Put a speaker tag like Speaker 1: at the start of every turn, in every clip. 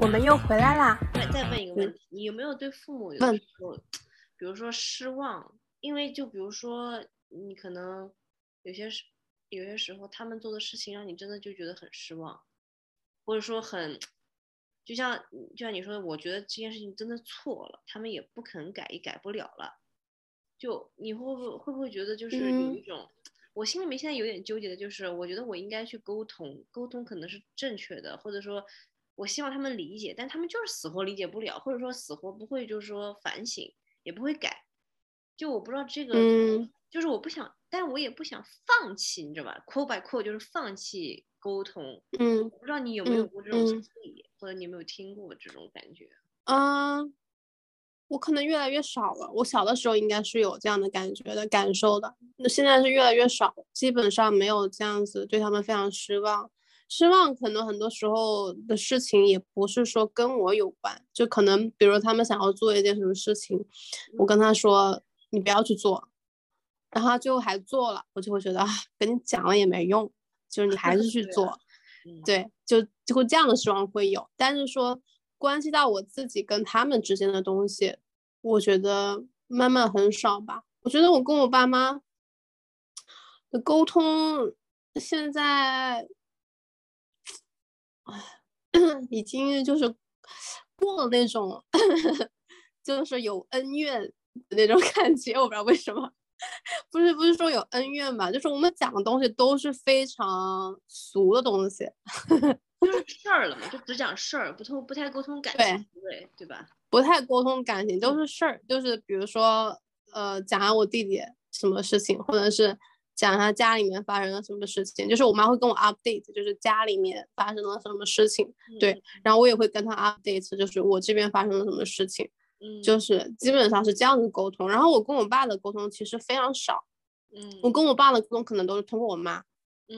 Speaker 1: 我们又回来啦。
Speaker 2: 再再问一个问题，你有没有对父母有
Speaker 3: 问
Speaker 2: 时候，比如说失望？因为就比如说你可能有些时有些时候他们做的事情让你真的就觉得很失望，或者说很，就像就像你说的，我觉得这件事情真的错了，他们也不肯改，也改不了了。就你会不会会不会觉得就是有一种，我心里面现在有点纠结的就是，我觉得我应该去沟通，沟通可能是正确的，或者说我希望他们理解，但他们就是死活理解不了，或者说死活不会就是说反省，也不会改。就我不知道这个，
Speaker 3: 嗯
Speaker 2: 就是我不想，但我也不想放弃，你知道吧？Quote by quote 就是放弃沟通。
Speaker 3: 嗯
Speaker 2: 我不知道你有没有
Speaker 3: 嗯
Speaker 2: 过这种经
Speaker 3: 嗯
Speaker 2: 历，或者你有没有听过这种感觉？
Speaker 3: 嗯、我可能越来越少了。我小的时候应该是有这样的感觉的感受的，那现在是越来越少，基本上没有这样子对他们非常失望。失望可能很多时候的事情也不是说跟我有关，就可能比如他们想要做一件什么事情，我跟他说你不要去做，然后他最后还做了，我就会觉得啊，跟你讲了也没用，就是你还是去
Speaker 2: 对啊
Speaker 3: 做。
Speaker 2: 嗯，，
Speaker 3: 对，就就会这样的失望会有，但是说关系到我自己跟他们之间的东西，我觉得慢慢很少吧。我觉得我跟我爸妈的沟通现在，唉已经就是过了那种， 就是有恩怨的那种感觉，我不知道为什么。不是不是说有恩怨吧，就是我们讲的东西都是非常俗的东西，
Speaker 2: 就是事儿了嘛，就只讲事儿，不通不太沟通感
Speaker 3: 对
Speaker 2: 情，对对吧？
Speaker 3: 不太沟通感情，都是事儿，就是比如说，呃，讲我弟弟什么事情，或者是讲他家里面发生了什么事情，就是我妈会跟我 update，就是家里面发生了什么事情，
Speaker 2: 嗯
Speaker 3: 对，然后我也会跟她 update，就是我这边发生了什么事情，
Speaker 2: 嗯，
Speaker 3: 就是基本上是这样子沟通。然后我跟我爸的沟通其实非常少，
Speaker 2: 嗯，
Speaker 3: 我跟我爸的沟通可能都是通过我妈，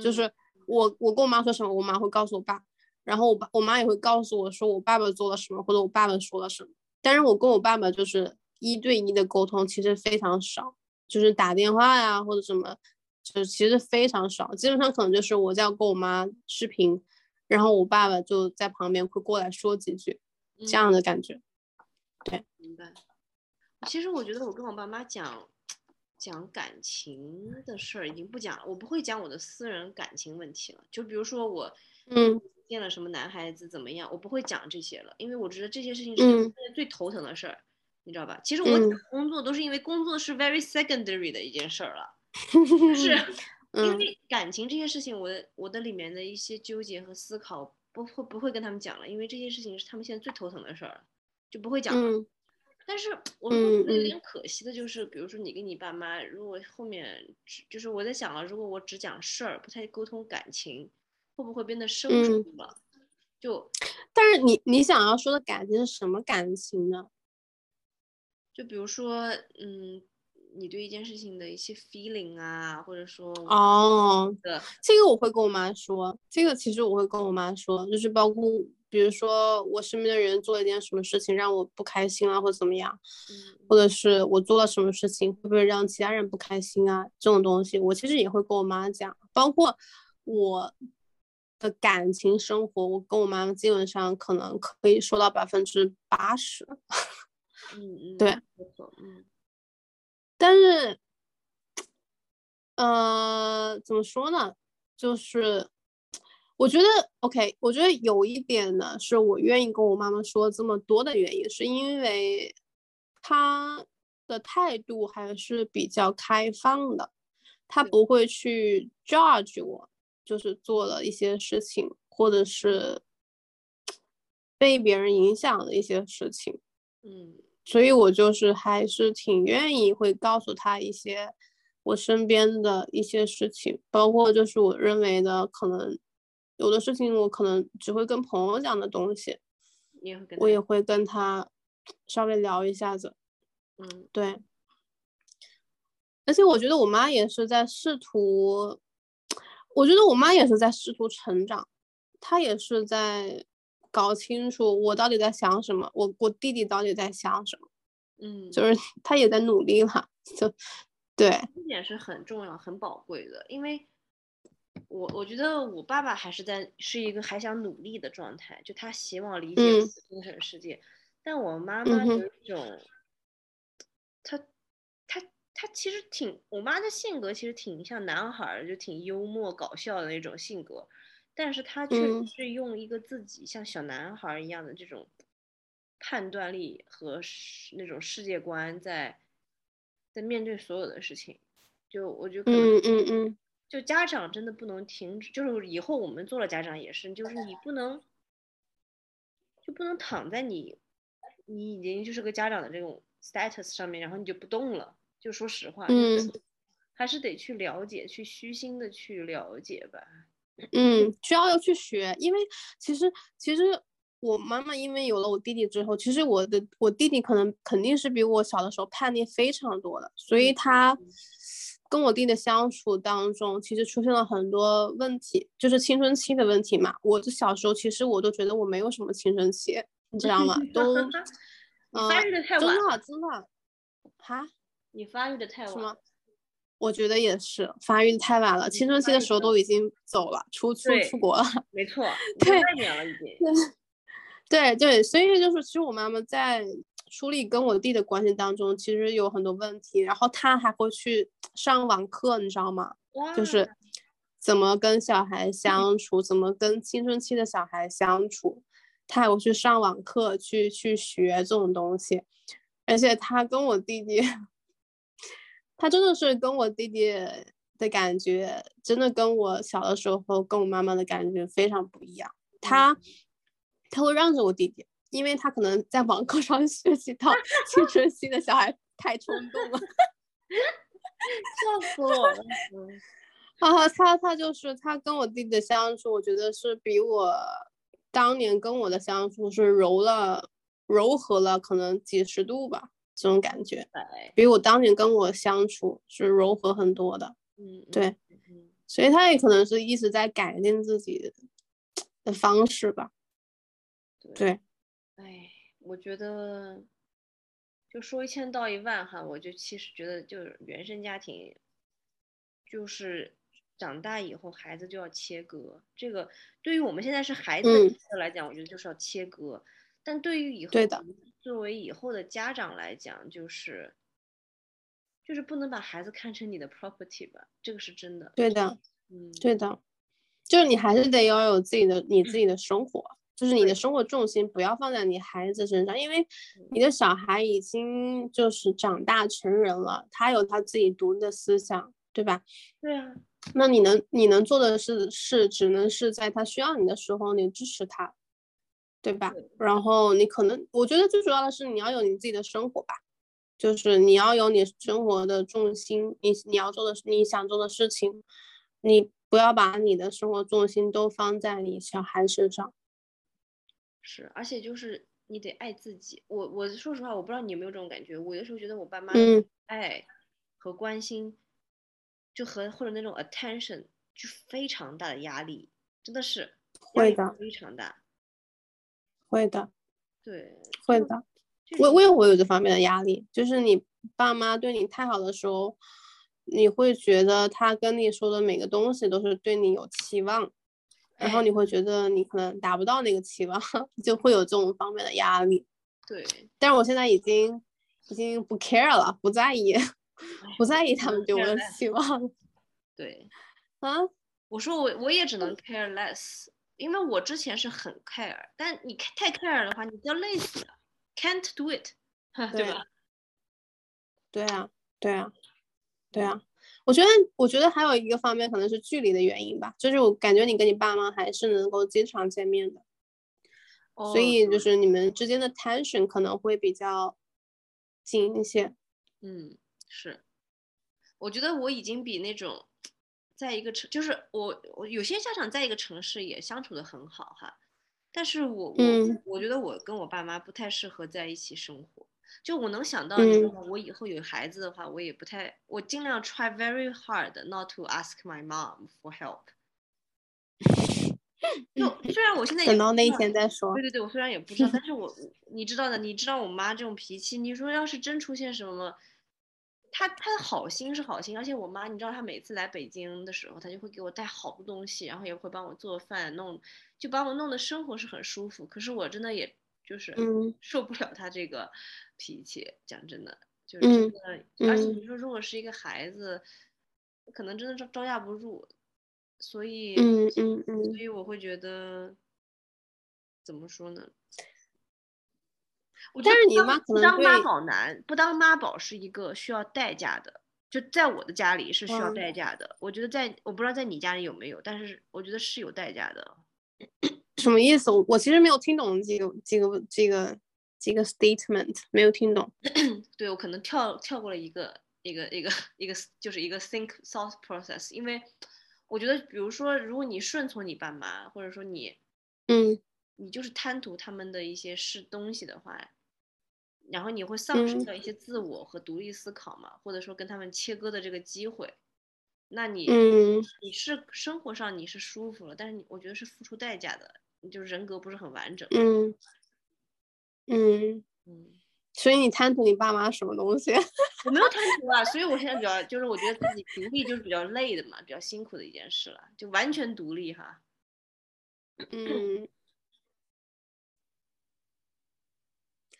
Speaker 3: 就
Speaker 2: 嗯
Speaker 3: 是我我跟我妈说什么，我妈会告诉我爸，然后我爸我妈也会告诉我说我爸爸做了什么或者我爸爸说了什么。但是我跟我爸爸就是一对一的沟通其实非常少，就是打电话呀或者什么，就是其实非常少，基本上可能就是我在跟我妈视频，然后我爸爸就在旁边会过来说几句
Speaker 2: 嗯
Speaker 3: 这样的感觉。
Speaker 2: 明白。嗯其实我觉得我跟我爸妈讲讲感情的事儿已经不讲了，我不会讲我的私人感情问题了。就比如说我
Speaker 3: 嗯
Speaker 2: 见了什么男孩子怎么样，我不会讲这些了，因为我觉得这些事情是我
Speaker 3: 嗯
Speaker 2: 现在最头疼的事儿，你知道吧？其实我
Speaker 3: 嗯
Speaker 2: 讲工作都是因为工作是 very secondary 的一件事儿 了，是。因
Speaker 3: 嗯
Speaker 2: 为感情这些事情，我的我的里面的一些纠结和思考，不会不会跟他们讲了，因为这些事情是他们现在最头疼的事儿了，就不会讲了。
Speaker 3: 嗯
Speaker 2: 但是我会觉得有
Speaker 3: 嗯
Speaker 2: 点可惜的就是，比如说你跟你爸妈，如果后面只就是我在想啊，如果我只讲事儿，不太沟通感情，会不会变得生疏
Speaker 3: 嗯
Speaker 2: 了？就
Speaker 3: 但是你你想要说的感情是什么感情呢？
Speaker 2: 就比如说，嗯，你对一件事情的一些 feeling 啊，或者说
Speaker 3: 哦，
Speaker 2: 的，
Speaker 3: 这个我会跟我妈说，这个其实我会跟我妈说，就是包括比如说我身边的人做了一件什么事情让我不开心啊，或怎么样，
Speaker 2: 嗯
Speaker 3: 或者是我做了什么事情会不会让其他人不开心啊，这种东西我其实也会跟我妈讲，包括我的感情生活，我跟我妈妈基本上可能可以说到百分之八十，
Speaker 2: 嗯嗯，
Speaker 3: 对
Speaker 2: 没错，嗯
Speaker 3: 但是，呃，怎么说呢？就是我觉得 OK，我觉得有一点呢，是我愿意跟我妈妈说这么多的原因，是因为她的态度还是比较开放的，她
Speaker 2: 对
Speaker 3: 不会去 judge 我，就是做了一些事情，或者是被别人影响的一些事情。
Speaker 2: 嗯
Speaker 3: 所以我就是还是挺愿意会告诉他一些我身边的一些事情，包括就是我认为的可能有的事情我可能只会跟朋友讲的东西，
Speaker 2: 你也会跟
Speaker 3: 我
Speaker 2: 他
Speaker 3: 也会跟他稍微聊一下子。
Speaker 2: 嗯。
Speaker 3: 对，而且我觉得我妈也是在试图，我觉得我妈也是在试图成长，她也是在搞清楚我到底在想什么，我我弟弟到底在想什么。
Speaker 2: 嗯，
Speaker 3: 就是 他也在努力嘛，就对，
Speaker 2: 这点是很重要、很宝贵的，因为我我我觉得我爸爸还是在是一个还想努力的状态，就他希望理解
Speaker 3: 嗯
Speaker 2: 精神世界，但我妈
Speaker 3: 嗯
Speaker 2: 妈
Speaker 3: 哼
Speaker 2: 有一种，她她她其实挺，我妈的性格其实挺像男孩儿，就挺幽默搞笑的那种性格，但是她确实
Speaker 3: 嗯
Speaker 2: 是用一个自己像小男孩儿一样的这种判断力和世那种世界观在在面对所有的事情，就我觉得可能
Speaker 3: 嗯嗯嗯，
Speaker 2: 就家长真的不能停止，就是以后我们做了家长也是，就是你不能就不能躺在你你已经就是个家长的这种 status 上面，然后你就不动了。就说实话，就是
Speaker 3: 嗯
Speaker 2: 还是得去了解，去虚心的去了解吧。
Speaker 3: 嗯，需要要去学，因为其实其实我妈妈因为有了我弟弟之后，其实我的我弟弟可能肯定是比我小的时候叛逆非常多的，所以
Speaker 2: 嗯
Speaker 3: 他
Speaker 2: 嗯
Speaker 3: 跟我弟的相处当中，其实出现了很多问题，就是青春期的问题嘛。我就小时候其实我都觉得我没有什么青春期，你知道 吗？都
Speaker 2: 你发
Speaker 3: 呃
Speaker 2: 育的太晚
Speaker 3: 真
Speaker 2: 了，
Speaker 3: 的真的哈。
Speaker 2: 你发育的太
Speaker 3: 是
Speaker 2: 晚
Speaker 3: 吗
Speaker 2: 了。？
Speaker 3: 我觉得也是，发育太晚了，青春
Speaker 2: 嗯
Speaker 3: 期
Speaker 2: 发
Speaker 3: 的
Speaker 2: 育
Speaker 3: 时候
Speaker 2: 太
Speaker 3: 都已经走了，出出
Speaker 2: 对
Speaker 3: 出国了。
Speaker 2: 没错，你
Speaker 3: 对
Speaker 2: 太远了已经。
Speaker 3: 对对，所以就是，其实我妈妈在处理跟我弟的关系当中，其实有很多问题，然后她还会去上网课，你知道吗？
Speaker 2: 哇，
Speaker 3: 就是怎么跟小孩相处，怎么跟青春期的小孩相处，他还会去上网课去去学这种东西，而且他跟我弟弟， 他真的是跟我弟弟的感觉，真的跟我小的时候跟我妈妈的感觉非常不一样，他他会让着我弟弟。因为他可能在网课上 学习到青春期的小孩太冲动了，
Speaker 2: 笑死我了。嗯
Speaker 3: 啊，他他就是他跟我弟弟的相处，我觉得是比我当年跟我的相处是柔了柔和了，可能几十度吧，这种感觉，
Speaker 2: 哎
Speaker 3: 比我当年跟我相处是柔和很多的。
Speaker 2: 嗯，嗯
Speaker 3: 对，
Speaker 2: 嗯嗯
Speaker 3: 所以他也可能是一直在改变自己的方式吧。
Speaker 2: 对。
Speaker 3: 对，
Speaker 2: 哎，我觉得就说一千道一万哈，我就其实觉得就是原生家庭，就是长大以后孩子就要切割。这个对于我们现在是孩子的
Speaker 3: 嗯
Speaker 2: 角色来讲，我觉得就是要切割。但对于以后
Speaker 3: 对的
Speaker 2: 我们作为以后的家长来讲，就是就是不能把孩子看成你的 property 吧，这个是真的。
Speaker 3: 对的，
Speaker 2: 嗯，
Speaker 3: 对的，就是你还是得要有自己的你自己的生活，就是你
Speaker 2: 对
Speaker 3: 的生活重心不要放在你孩子身上，因为你的小孩已经就是长大成人了，他有他自己独立的思想，对吧？
Speaker 2: 对啊，
Speaker 3: 那你能你能做的是是只能是在他需要你的时候，你支持他，对吧？
Speaker 2: 对
Speaker 3: 然后你可能我觉得最主要的是你要有你自己的生活吧，就是你要有你生活的重心，你你要做的是你想做的事情，你不要把你的生活重心都放在你小孩身上。
Speaker 2: 是，而且就是你得爱自己。我我说实话，我不知道你有没有这种感觉。我有时候觉得我爸妈的
Speaker 3: 嗯
Speaker 2: 爱和关心，就和或者那种 attention，就非常大的压力，真的是压
Speaker 3: 会
Speaker 2: 力
Speaker 3: 的
Speaker 2: 非常大。
Speaker 3: 会的，
Speaker 2: 对，
Speaker 3: 会
Speaker 2: 就
Speaker 3: 的。
Speaker 2: 就
Speaker 3: 我
Speaker 2: 是
Speaker 3: 我有我有这方面的压力，就是你爸妈对你太好的时候，你会觉得他跟你说的每个东西都是对你有期望，然后
Speaker 2: 哎
Speaker 3: 你会觉得你可能达不到那个期望， 就会有这种方面的压力。
Speaker 2: 对，
Speaker 3: 但是我现在已经已经不 care 了，不在意， 哎不在意他
Speaker 2: 能
Speaker 3: 们对我
Speaker 2: care
Speaker 3: 的
Speaker 2: less
Speaker 3: 期望了
Speaker 2: 对。
Speaker 3: 啊。
Speaker 2: 我说我我也只
Speaker 3: 嗯
Speaker 2: 能 care less，因为我之前是很 care，但你太 care 的话，你要累死的，can't do it，对
Speaker 3: 对
Speaker 2: 吧？
Speaker 3: 对啊，对啊，对啊。我觉得，我觉得还有一个方面可能是距离的原因吧，就是我感觉你跟你爸妈还是能够经常见面的。所
Speaker 2: 哦
Speaker 3: 以
Speaker 2: 对
Speaker 3: 就是你们之间的 tension 可能会比较紧一些。
Speaker 2: 嗯，是，我觉得我已经比那种在一个城，就是我我有些家长在一个城市也相处的很好哈，但是我我、
Speaker 3: 嗯
Speaker 2: 我觉得我跟我爸妈不太适合在一起生活。就我能想到，就是
Speaker 3: 嗯
Speaker 2: 我以后有孩子的话，我也不太，我尽量 try very hard not to ask my mom for help。就虽然我现在也不
Speaker 3: 嗯等到
Speaker 2: 知
Speaker 3: 那一
Speaker 2: 道
Speaker 3: 天再说
Speaker 2: 对。对对，我虽然也不知道， 但是我我你知道的，你知道我妈这种脾气，你说要是真出现什么，他他的好心是好心，而且我妈，你知道她每次来北京的时候，她就会给我带好多东西，然后也会帮我做饭，弄就把我弄的生活是很舒服。可是我真的也就是
Speaker 3: 嗯
Speaker 2: 受不了她这个脾气，讲真的，就是
Speaker 3: 嗯
Speaker 2: 真的，而且
Speaker 3: 嗯
Speaker 2: 你说如果是一个孩子，可能真的招招架不住，所以
Speaker 3: 嗯嗯嗯
Speaker 2: 所，以我会觉得怎么说呢？我觉
Speaker 3: 但
Speaker 2: 得
Speaker 3: 是
Speaker 2: 不
Speaker 3: 你
Speaker 2: 当
Speaker 3: 妈可
Speaker 2: 不
Speaker 3: 能
Speaker 2: 当妈
Speaker 3: 对
Speaker 2: 宝男，不当妈宝是一个需要代价的，就在我的家里是需要
Speaker 3: 嗯
Speaker 2: 代价的。我觉得在我不知道在你家里有没有，但是我觉得是有代价的。
Speaker 3: 什么意思？我我其实没有听懂这个这个这个这个 statement，没有听懂。
Speaker 2: 对我可能跳跳过了一个一个一个一个，就是一个 think thought process，因为我觉得，比如说，如果你顺从你爸妈，或者说你
Speaker 3: 嗯
Speaker 2: 你就是贪图他们的一些是东西的话，然后你会丧失
Speaker 3: 嗯
Speaker 2: 掉一些自我和独立思考嘛，或者说跟他们切割的这个机会。那你、
Speaker 3: 嗯
Speaker 2: 你是生活上你是舒服了，但是你我觉得是付出代价的，你就是人格不是很完整。
Speaker 3: 嗯嗯，
Speaker 2: 嗯，
Speaker 3: 所以你贪图你爸妈什么东西？
Speaker 2: 我没有贪图啊，所以我现在比较就是我觉得自己独立就是比较累的嘛，比较辛苦的一件事了，就完全独立哈。
Speaker 3: 嗯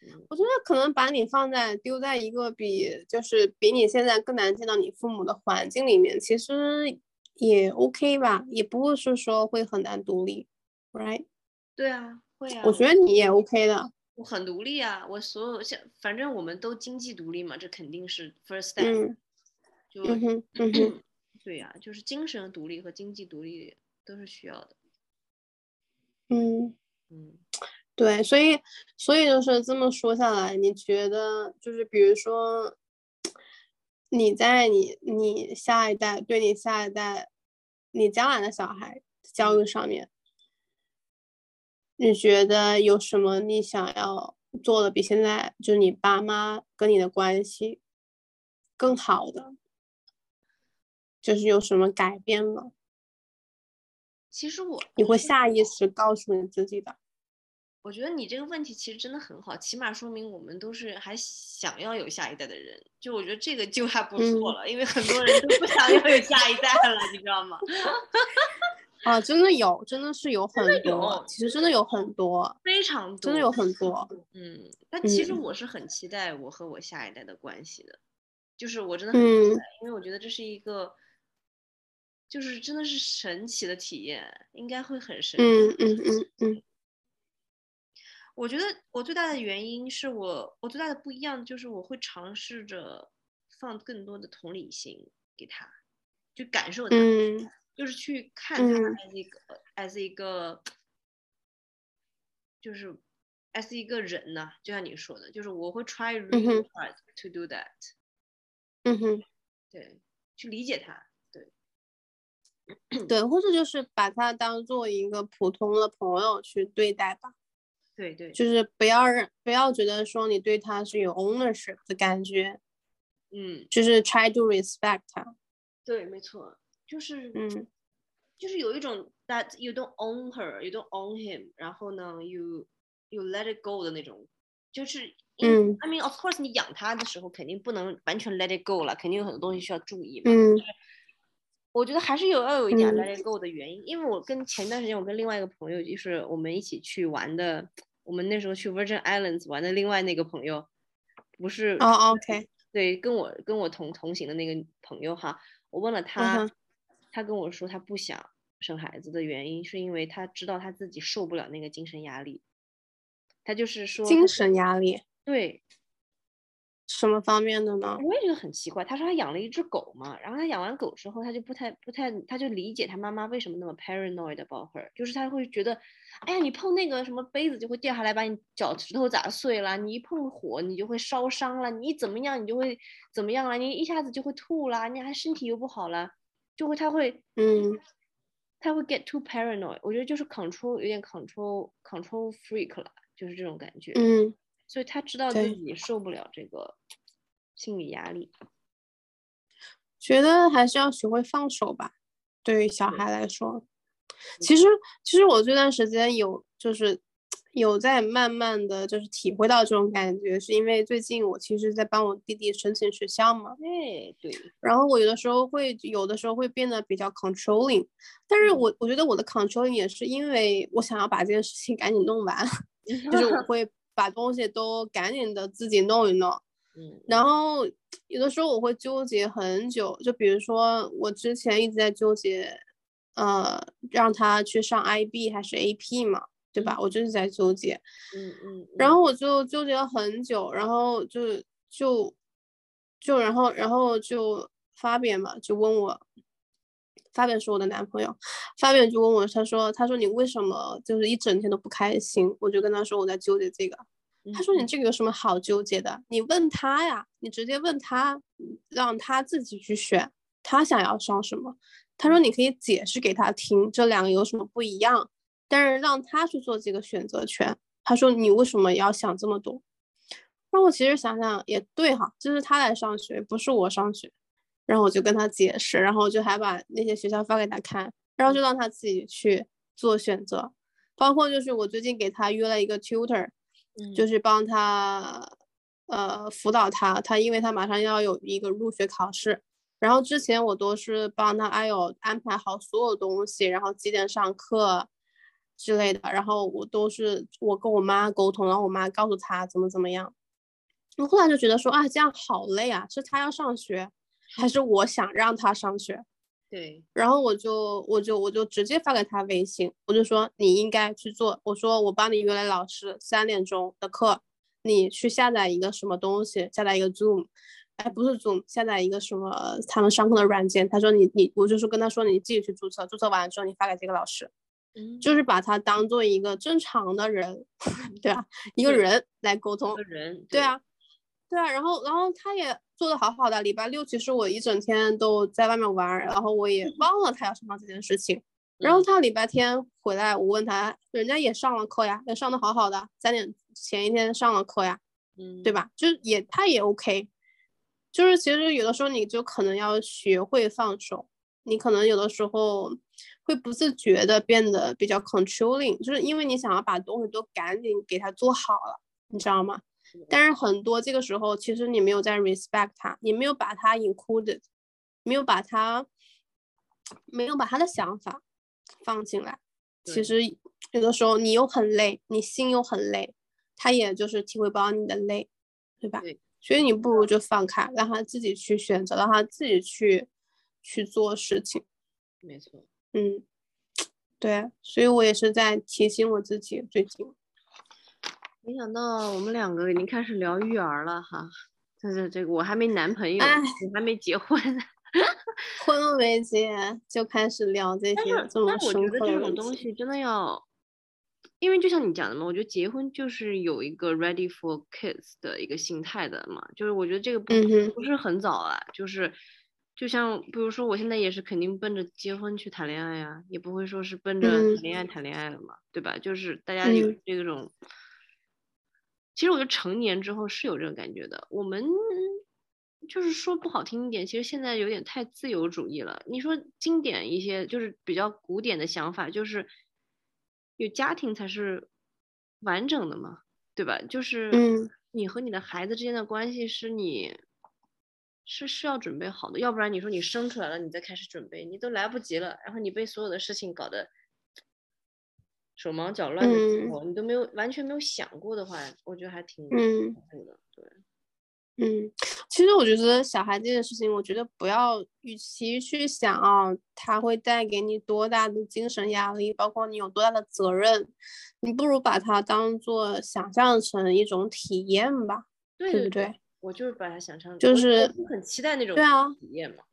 Speaker 2: 嗯，
Speaker 3: 我觉得可能把你放在丢在一个比就是比你现在更难见到你父母的环境里面，其实也 OK 吧，也不会是说会很难独立，right？
Speaker 2: 对啊，会啊。
Speaker 3: 我觉得你也 OK 的，
Speaker 2: 我很独立啊，我所有像反正我们都经济独立嘛，这肯定是 first step。
Speaker 3: 嗯
Speaker 2: 就
Speaker 3: 嗯哼嗯哼，
Speaker 2: 对呀、就是精神独立和经济独立都是需要的。
Speaker 3: 嗯。
Speaker 2: 嗯，
Speaker 3: 对，所以所以就是这么说下来，你觉得就是比如说，你在你你下一代对你下一代，你将来的小孩教育上面，你觉得有什么你想要做的比现在就是你爸妈跟你的关系更好的，就是有什么改变吗？
Speaker 2: 其实我
Speaker 3: 你
Speaker 2: 觉
Speaker 3: 会
Speaker 2: 得
Speaker 3: 下意识告诉你自己的，
Speaker 2: 我觉得你这个问题其实真的很好，起码说明我们都是还想要有下一代的人。就我觉得这个就还不错
Speaker 3: 嗯
Speaker 2: 了，因为很多人都不想要有下一代了，你知道吗？
Speaker 3: 啊，真的有，真的是有很
Speaker 2: 的有
Speaker 3: 多，其实真的有很多，
Speaker 2: 非常多，
Speaker 3: 真的有很多。
Speaker 2: 嗯，但其实
Speaker 3: 嗯
Speaker 2: 我是很期待我和我下一代的关系的，就是我真的很期
Speaker 3: 嗯
Speaker 2: 待，因为我觉得这是一个，就是真的是神奇的体验，应该会很神奇。
Speaker 3: 嗯嗯嗯嗯
Speaker 2: 我觉得我最大的原因是我我最大的不一样就是我会尝试着放更多的同理心给他，就感受他，
Speaker 3: 嗯
Speaker 2: 就是去看他
Speaker 3: 嗯
Speaker 2: as 一个、as 一个，就是 as 一个人呢、就像你说的，就是我会 try
Speaker 3: 嗯
Speaker 2: really
Speaker 3: 哼
Speaker 2: hard to do that，、
Speaker 3: 嗯哼，
Speaker 2: 对，去理解他，对，
Speaker 3: 对，或者就是把他当做一个普通的朋友去对待吧，
Speaker 2: 对对，
Speaker 3: 就是不要让不要觉得说你对他是有 ownership 的感觉，
Speaker 2: 嗯，
Speaker 3: 就是 try to respect 他。
Speaker 2: 对，没错，就是
Speaker 3: 嗯
Speaker 2: 就是有一种 that you don't own her, you don't own him，然后呢，you you let it go 的那种，就是因
Speaker 3: 嗯
Speaker 2: ，I mean of course，你养它的时候肯定不能完全 let it go 了，肯定有很多东西需要注意嘛。
Speaker 3: 嗯
Speaker 2: 我觉得还是有要有一点
Speaker 3: 嗯
Speaker 2: let it go 的原因，因为我跟前段时间我跟另外一个朋友，就是我们一起去玩的，我们那时候去 Virgin Islands 玩的另外那个朋友，不是
Speaker 3: 哦，OK，
Speaker 2: 对，跟我跟我同同行的那个朋友哈，我问了他，
Speaker 3: 嗯哼
Speaker 2: 他跟我说他不想生孩子的原因，是因为他知道他自己受不了那个精神压力，他就是说他
Speaker 3: 精
Speaker 2: 觉
Speaker 3: 神压力
Speaker 2: 对，
Speaker 3: 什么方面的呢？
Speaker 2: 我也觉得很奇怪。他说他养了一只狗嘛，然后他养完狗之后，他就不太不太，他就理解他妈妈为什么那么 paranoid about her，就是他会觉得，哎呀，你碰那个什么杯子就会掉下来，把你脚趾头砸碎了；你一碰火，你就会烧伤了；你一怎么样，你就会怎么样了；你一下子就会吐啦，你还身体又不好了，就会他会
Speaker 3: 嗯
Speaker 2: 他会 get too paranoid。我觉得就是 control 有点 control control freak 了，就是这种感觉。
Speaker 3: 嗯
Speaker 2: 所以他知道自
Speaker 3: 对
Speaker 2: 己受不了这个心理压力。
Speaker 3: 觉得还是要学会放手吧，对于小孩来说。其实，其实我这段时间有就是有在慢慢的就是体会到这种感觉，是因为最近我其实在帮我弟弟申请学校嘛，
Speaker 2: 哎，对，
Speaker 3: 然后我有的时候会，有的时候会变得比较 controlling，但是我我觉得我的 controlling 也是因为我想要把这件事情赶紧弄完， 就是我会把东西都赶紧的自己弄一弄，
Speaker 2: 嗯，
Speaker 3: 然后有的时候我会纠结很久，就比如说我之前一直在纠结，呃，让他去上 IB 还是 AP 嘛，对吧？我就是在纠结，
Speaker 2: 嗯嗯，
Speaker 3: 然后我就纠结了很久，然后就就就然后然后就发扁嘛，就问我，发扁是我的男朋友，发扁就问我，他说他说你为什么就是一整天都不开心？我就跟他说我在纠结这个，
Speaker 2: 嗯
Speaker 3: 他说你
Speaker 2: 嗯
Speaker 3: 这个有什么好纠结的？你问他呀，你直接问他，嗯让他自己去选他想要上什么。他说你可以解释给他听，这两个有什么不一样，但是让他去做这个选择权。他说你为什么要想这么多？那我其实想想也对哈，就是他来上学，不是我上学。然后我就跟他解释，然后我就还把那些学校发给他看，然后就让他自己去做选择。包括就是我最近给他约了一个 tutor，
Speaker 2: 嗯
Speaker 3: 就是帮他呃辅导他，他因为他马上要有一个入学考试，然后之前我都是帮他哎呦安排好所有东西，然后几点上课之类的，然后我都是我跟我妈沟通，然后我妈告诉他怎么怎么样。我后来就觉得说啊，这样好累啊，是他要上学，还是我想让他上学？
Speaker 2: 嗯对，
Speaker 3: 然后我就我就我就直接发给他微信，我就说你应该去做，我说我帮你约了老师三点钟的课，你去下载一个什么东西，下载一个 Zoom，哎不是 Zoom，下载一个什么他们上课的软件。他说你你我就说跟他说你自己去注册，注册完了之后你发给这个老师，
Speaker 2: 嗯，
Speaker 3: 就是把他当做一个正常的人， 对吧？一个
Speaker 2: 对
Speaker 3: 人来沟通
Speaker 2: 个，人，
Speaker 3: 对，啊，对啊，然后然后他也做的好好的。礼拜六其实我一整天都在外面玩儿，然后我也忘了他要上这件事情。然后
Speaker 2: 嗯
Speaker 3: 他礼拜天回来，我问他，人家也上了课呀，也上的好好的，三点前一天上了课呀，
Speaker 2: 嗯，
Speaker 3: 对？吧？就是也他也 OK，就是其实有的时候你就可能要学会放手，你可能有的时候会不自觉的变得比较 controlling，就是因为你想要把东西都赶紧给他做好了，你知道吗？但是很多这个时候，其实你没有在 respect 他，你没有把他 included，没有把他没有把他的想法放进来。
Speaker 2: 对
Speaker 3: 其实有的时候你又很累，你心又很累，他也就是体会不到你的累，对吧？
Speaker 2: 对
Speaker 3: 所以你不如就放开，让他自己去选择，让他自己去去做事情。
Speaker 2: 没错，
Speaker 3: 嗯，对，啊所以我也是在提醒我自己，最近
Speaker 2: 没想到我们两个已经开始聊育儿了哈。这这这个我还没男朋友，
Speaker 3: 哎
Speaker 2: 你还没结婚，
Speaker 3: 婚都没结啊就开始聊这
Speaker 2: 但
Speaker 3: 些
Speaker 2: 是
Speaker 3: 这
Speaker 2: 但
Speaker 3: 么
Speaker 2: 我
Speaker 3: 深
Speaker 2: 觉得
Speaker 3: 刻
Speaker 2: 这
Speaker 3: 的
Speaker 2: 种
Speaker 3: 问
Speaker 2: 东
Speaker 3: 题。
Speaker 2: 西真的要，因为就像你讲的嘛，我觉得结婚就是有一个 ready for kids 的一个心态的嘛，就是我觉得这个不、
Speaker 3: 嗯哼
Speaker 2: 不是很早啊，就是就像比如说我现在也是肯定奔着结婚去谈恋爱呀、也不会说是奔着
Speaker 3: 嗯
Speaker 2: 谈恋爱谈恋爱了嘛，对吧？就是大家有
Speaker 3: 嗯
Speaker 2: 这种。其实我觉得成年之后是有这种感觉的。我们就是说不好听一点，其实现在有点太自由主义了。你说经典一些，就是比较古典的想法，就是有家庭才是完整的嘛，对吧？就是
Speaker 3: 嗯
Speaker 2: 你和你的孩子之间的关系是你是是要准备好的，要不然你说你生出来了，你再开始准备，你都来不及了。然后你被所有的事情搞得手忙脚乱的时
Speaker 3: 嗯
Speaker 2: 候，你都没有完全没有想过的话，我觉得还挺
Speaker 3: 嗯
Speaker 2: 痛苦的。对，
Speaker 3: 嗯，其实我觉得小孩这件事情，我觉得不要，与其去想啊，他会带给你多大的精神压力，包括你有多大的责任，你不如把它当做想象成一种体验吧，
Speaker 2: 对
Speaker 3: 对
Speaker 2: 对
Speaker 3: 不对？
Speaker 2: 我就是把它想象，
Speaker 3: 就
Speaker 2: 我
Speaker 3: 是
Speaker 2: 我很期待那种
Speaker 3: 对啊
Speaker 2: 体验嘛。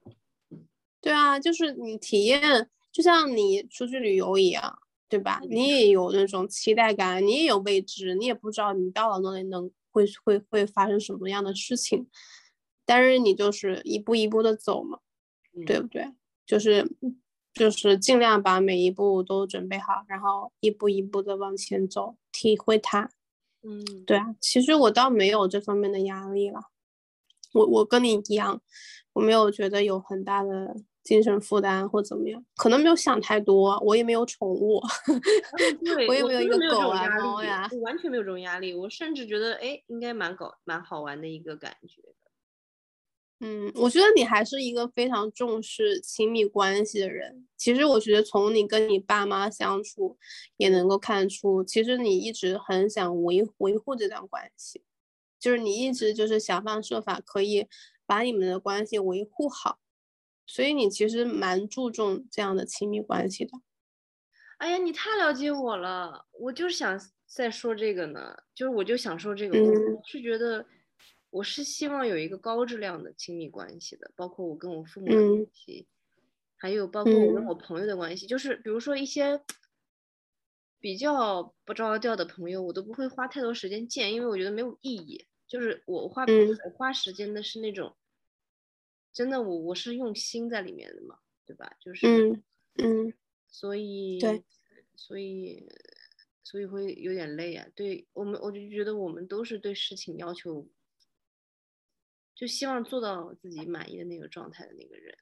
Speaker 3: 对啊，就是你体验，就像你出去旅游一样，对吧？你也有那种期待感，你也有未知，你也不知道你到了那里能会会会发生什么样的事情，但是你就是一步一步的走嘛，
Speaker 2: 嗯
Speaker 3: 对不对？就是就是尽量把每一步都准备好，然后一步一步的往前走，体会它。
Speaker 2: 嗯，
Speaker 3: 对啊，其实我倒没有这方面的压力了。我我跟你一样，我没有觉得有很大的精神负担或怎么样，可能没有想太多，我也没有宠物，
Speaker 2: 嗯对，
Speaker 3: 我
Speaker 2: 我
Speaker 3: 也没有一
Speaker 2: 真的
Speaker 3: 个
Speaker 2: 没有这
Speaker 3: 狗
Speaker 2: 种
Speaker 3: 啊
Speaker 2: 压
Speaker 3: 猫
Speaker 2: 力
Speaker 3: 呀
Speaker 2: 我完全没有这种压力。我甚至觉得，哎，应该蛮搞蛮好玩的一个感觉。
Speaker 3: 嗯，我觉得你还是一个非常重视亲密关系的人。其实我觉得从你跟你爸妈相处，也能够看出，其实你一直很想维维护这段关系，就是你一直就是想方设法可以把你们的关系维护好，所以你其实蛮注重这样的亲密关系的。
Speaker 2: 哎呀，你太了解我了，我就是想再说这个呢，就是我就想说这个，
Speaker 3: 嗯
Speaker 2: 我是觉得我是希望有一个高质量的亲密关系的，包括我跟我父母的
Speaker 3: 嗯
Speaker 2: 关系，还有包括我跟
Speaker 3: 嗯
Speaker 2: 我朋友的关系，就是比如说一些比较不着调的朋友，我都不会花太多时间见，因为我觉得没有意义。就是我花、
Speaker 3: 嗯
Speaker 2: 我花时间的是那种，真的我我是用心在里面的嘛，对吧？就是。
Speaker 3: 嗯嗯
Speaker 2: 所以，
Speaker 3: 对，
Speaker 2: 所以，所以会有点累啊。对我们，我就觉得我们都是对事情要求，就希望做到自己满意的那个状态的那个人。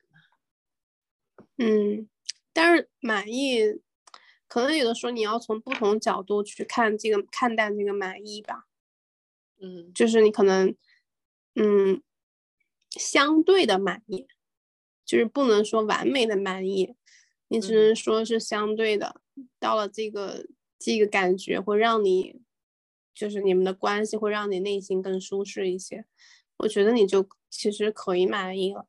Speaker 3: 嗯，但是满意，可能有的时候你要从不同角度去看这个看待这个满意吧。
Speaker 2: 嗯
Speaker 3: 就是你可能，嗯，相对的满意，就是不能说完美的满意，你只
Speaker 2: 嗯
Speaker 3: 能说是相对的，到了这个这个感觉会让你，就是你们的关系会让你内心更舒适一些，我觉得你就其实可以满意了。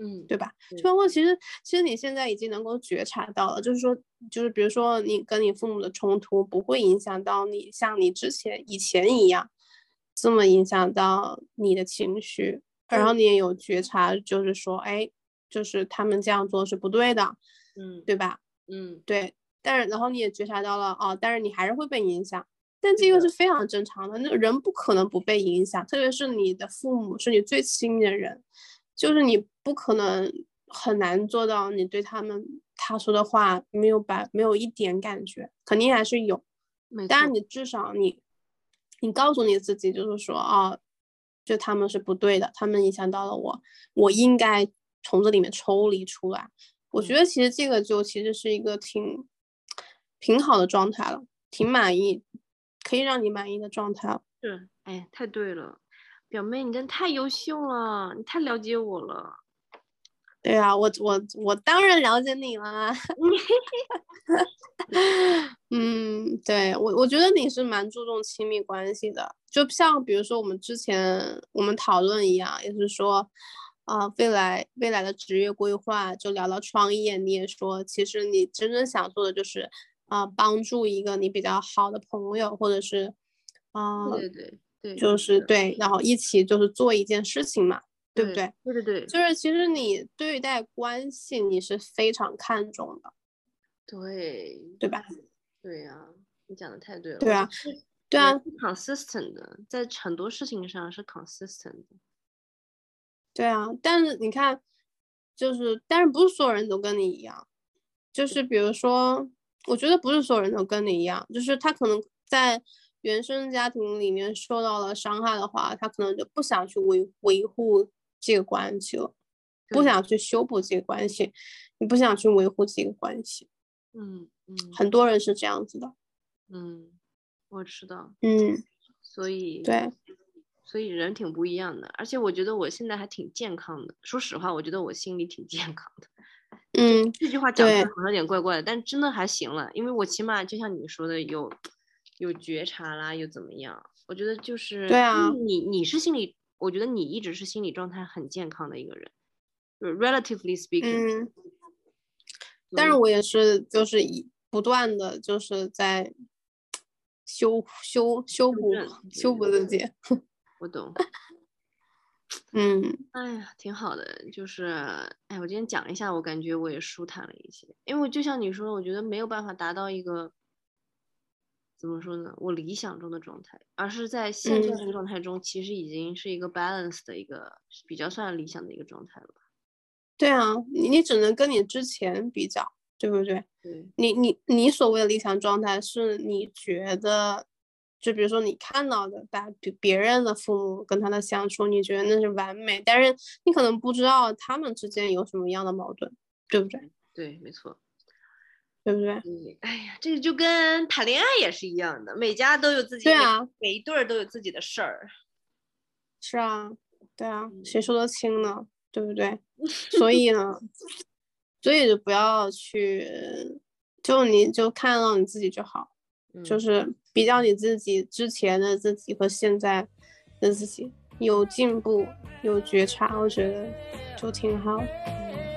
Speaker 2: 嗯，
Speaker 3: 对吧？
Speaker 2: 对
Speaker 3: 就包括其实，其实你现在已经能够觉察到了，就是说，就是比如说你跟你父母的冲突不会影响到你，像你之前以前一样，这么影响到你的情绪，然后
Speaker 2: 对
Speaker 3: 你也有觉察，就是说，哎，就是他们这样做是不对的，
Speaker 2: 嗯
Speaker 3: 对吧？
Speaker 2: 嗯，
Speaker 3: 对，但是然后你也觉察到了哦，但是你还是会被影响，但
Speaker 2: 是
Speaker 3: 这个
Speaker 2: 的
Speaker 3: 是非常正常的。那人不可能不被影响，特别是你的父母是你最亲的人，就是你不可能很难做到你对他们他说的话没有把没有一点感觉，肯定还是有。
Speaker 2: 没
Speaker 3: 但是
Speaker 2: 错
Speaker 3: 你至少你，你告诉你自己，就是说啊，就他们是不对的，他们影响到了我，我应该从这里面抽离出来。我
Speaker 2: 嗯
Speaker 3: 觉得其实这个就其实是一个挺挺好的状态了，挺满意，可以让你满意的状态了。
Speaker 2: 是，哎，太对了，表妹，你真太优秀了，你太了解我了。
Speaker 3: 对啊，我我我当然了解你啦。 嗯，对我我觉得你是蛮注重亲密关系的，就像比如说我们之前我们讨论一样，也是说，啊、未来未来的职业规划，就聊到创业，你也说，其实你真正想做的就是，啊、帮助一个你比较好的朋友，或者是，啊、
Speaker 2: 对对嗯对对，嗯
Speaker 3: 就是
Speaker 2: 的
Speaker 3: 对，然后一起就是做一件事情嘛，对不对？
Speaker 2: 对对对
Speaker 3: 就是其实你对待关系你是非常看重的，
Speaker 2: 对
Speaker 3: 对吧？
Speaker 2: 对呀，你讲的太对了。
Speaker 3: 对
Speaker 2: 我
Speaker 3: 啊
Speaker 2: 就是也
Speaker 3: 对啊，
Speaker 2: 是，consistent 的，在很多事情上是 consistent 的。
Speaker 3: 对啊，但是你看，就是但是不是所有人都跟你一样，就是比如说，我觉得不是所有人都跟你一样，就是他可能在原生家庭里面受到了伤害的话，他可能就不想去维维护这个关系了，不
Speaker 2: 对
Speaker 3: 想去修补这个关系，你不想去维护这个关系，
Speaker 2: 嗯嗯
Speaker 3: 很多人是这样子的，
Speaker 2: 嗯，我知道，
Speaker 3: 嗯，
Speaker 2: 所以
Speaker 3: 对，
Speaker 2: 所以人挺不一样的。而且我觉得我现在还挺健康的。说实话，我觉得我心里挺健康的。
Speaker 3: 嗯，
Speaker 2: 这句话讲出来
Speaker 3: 对
Speaker 2: 好像有点怪怪的，但真的还行了，因为我起码就像你说的，有有觉察啦，又怎么样？我觉得就是，
Speaker 3: 对啊
Speaker 2: 你你是心理，我觉得你一直是心理状态很健康的一个人就是，relatively speaking
Speaker 3: 嗯。
Speaker 2: 所以。
Speaker 3: 但是我也是，就是一不断的就是在修修修补
Speaker 2: 正
Speaker 3: 修
Speaker 2: 对
Speaker 3: 补自己。
Speaker 2: 我懂，
Speaker 3: 嗯
Speaker 2: 哎呀，挺好的，就是，哎，我今天讲一下，我感觉我也舒坦了一些，因为我就像你说，的，我觉得没有办法达到一个怎么说呢，我理想中的状态，而是在现在
Speaker 3: 嗯
Speaker 2: 这个状态中，其实已经是一个 balance 的一个比较算理想的一个状态了吧？
Speaker 3: 对啊，你你只能跟你之前比较，对不对？
Speaker 2: 对，
Speaker 3: 你你你所谓的理想状态，是你觉得就比如说你看到的，把别别人的父母跟他的相处，你觉得那是完美，但是你可能不知道他们之间有什么样的矛盾，对不对？
Speaker 2: 对，没错。
Speaker 3: 对不对？
Speaker 2: 嗯，哎呀，这个就跟谈恋爱也是一样的，每家都有自己，
Speaker 3: 对啊，
Speaker 2: 每一对儿都有自己的事儿。
Speaker 3: 是啊，对啊，
Speaker 2: 嗯
Speaker 3: 谁说得清呢？对 不对？所以呢，所以就不要去，就你就看到你自己就好，就
Speaker 2: 嗯
Speaker 3: 是比较你自己之前的自己和现在的自己，有进步，有觉察，我觉得就挺好。
Speaker 2: 嗯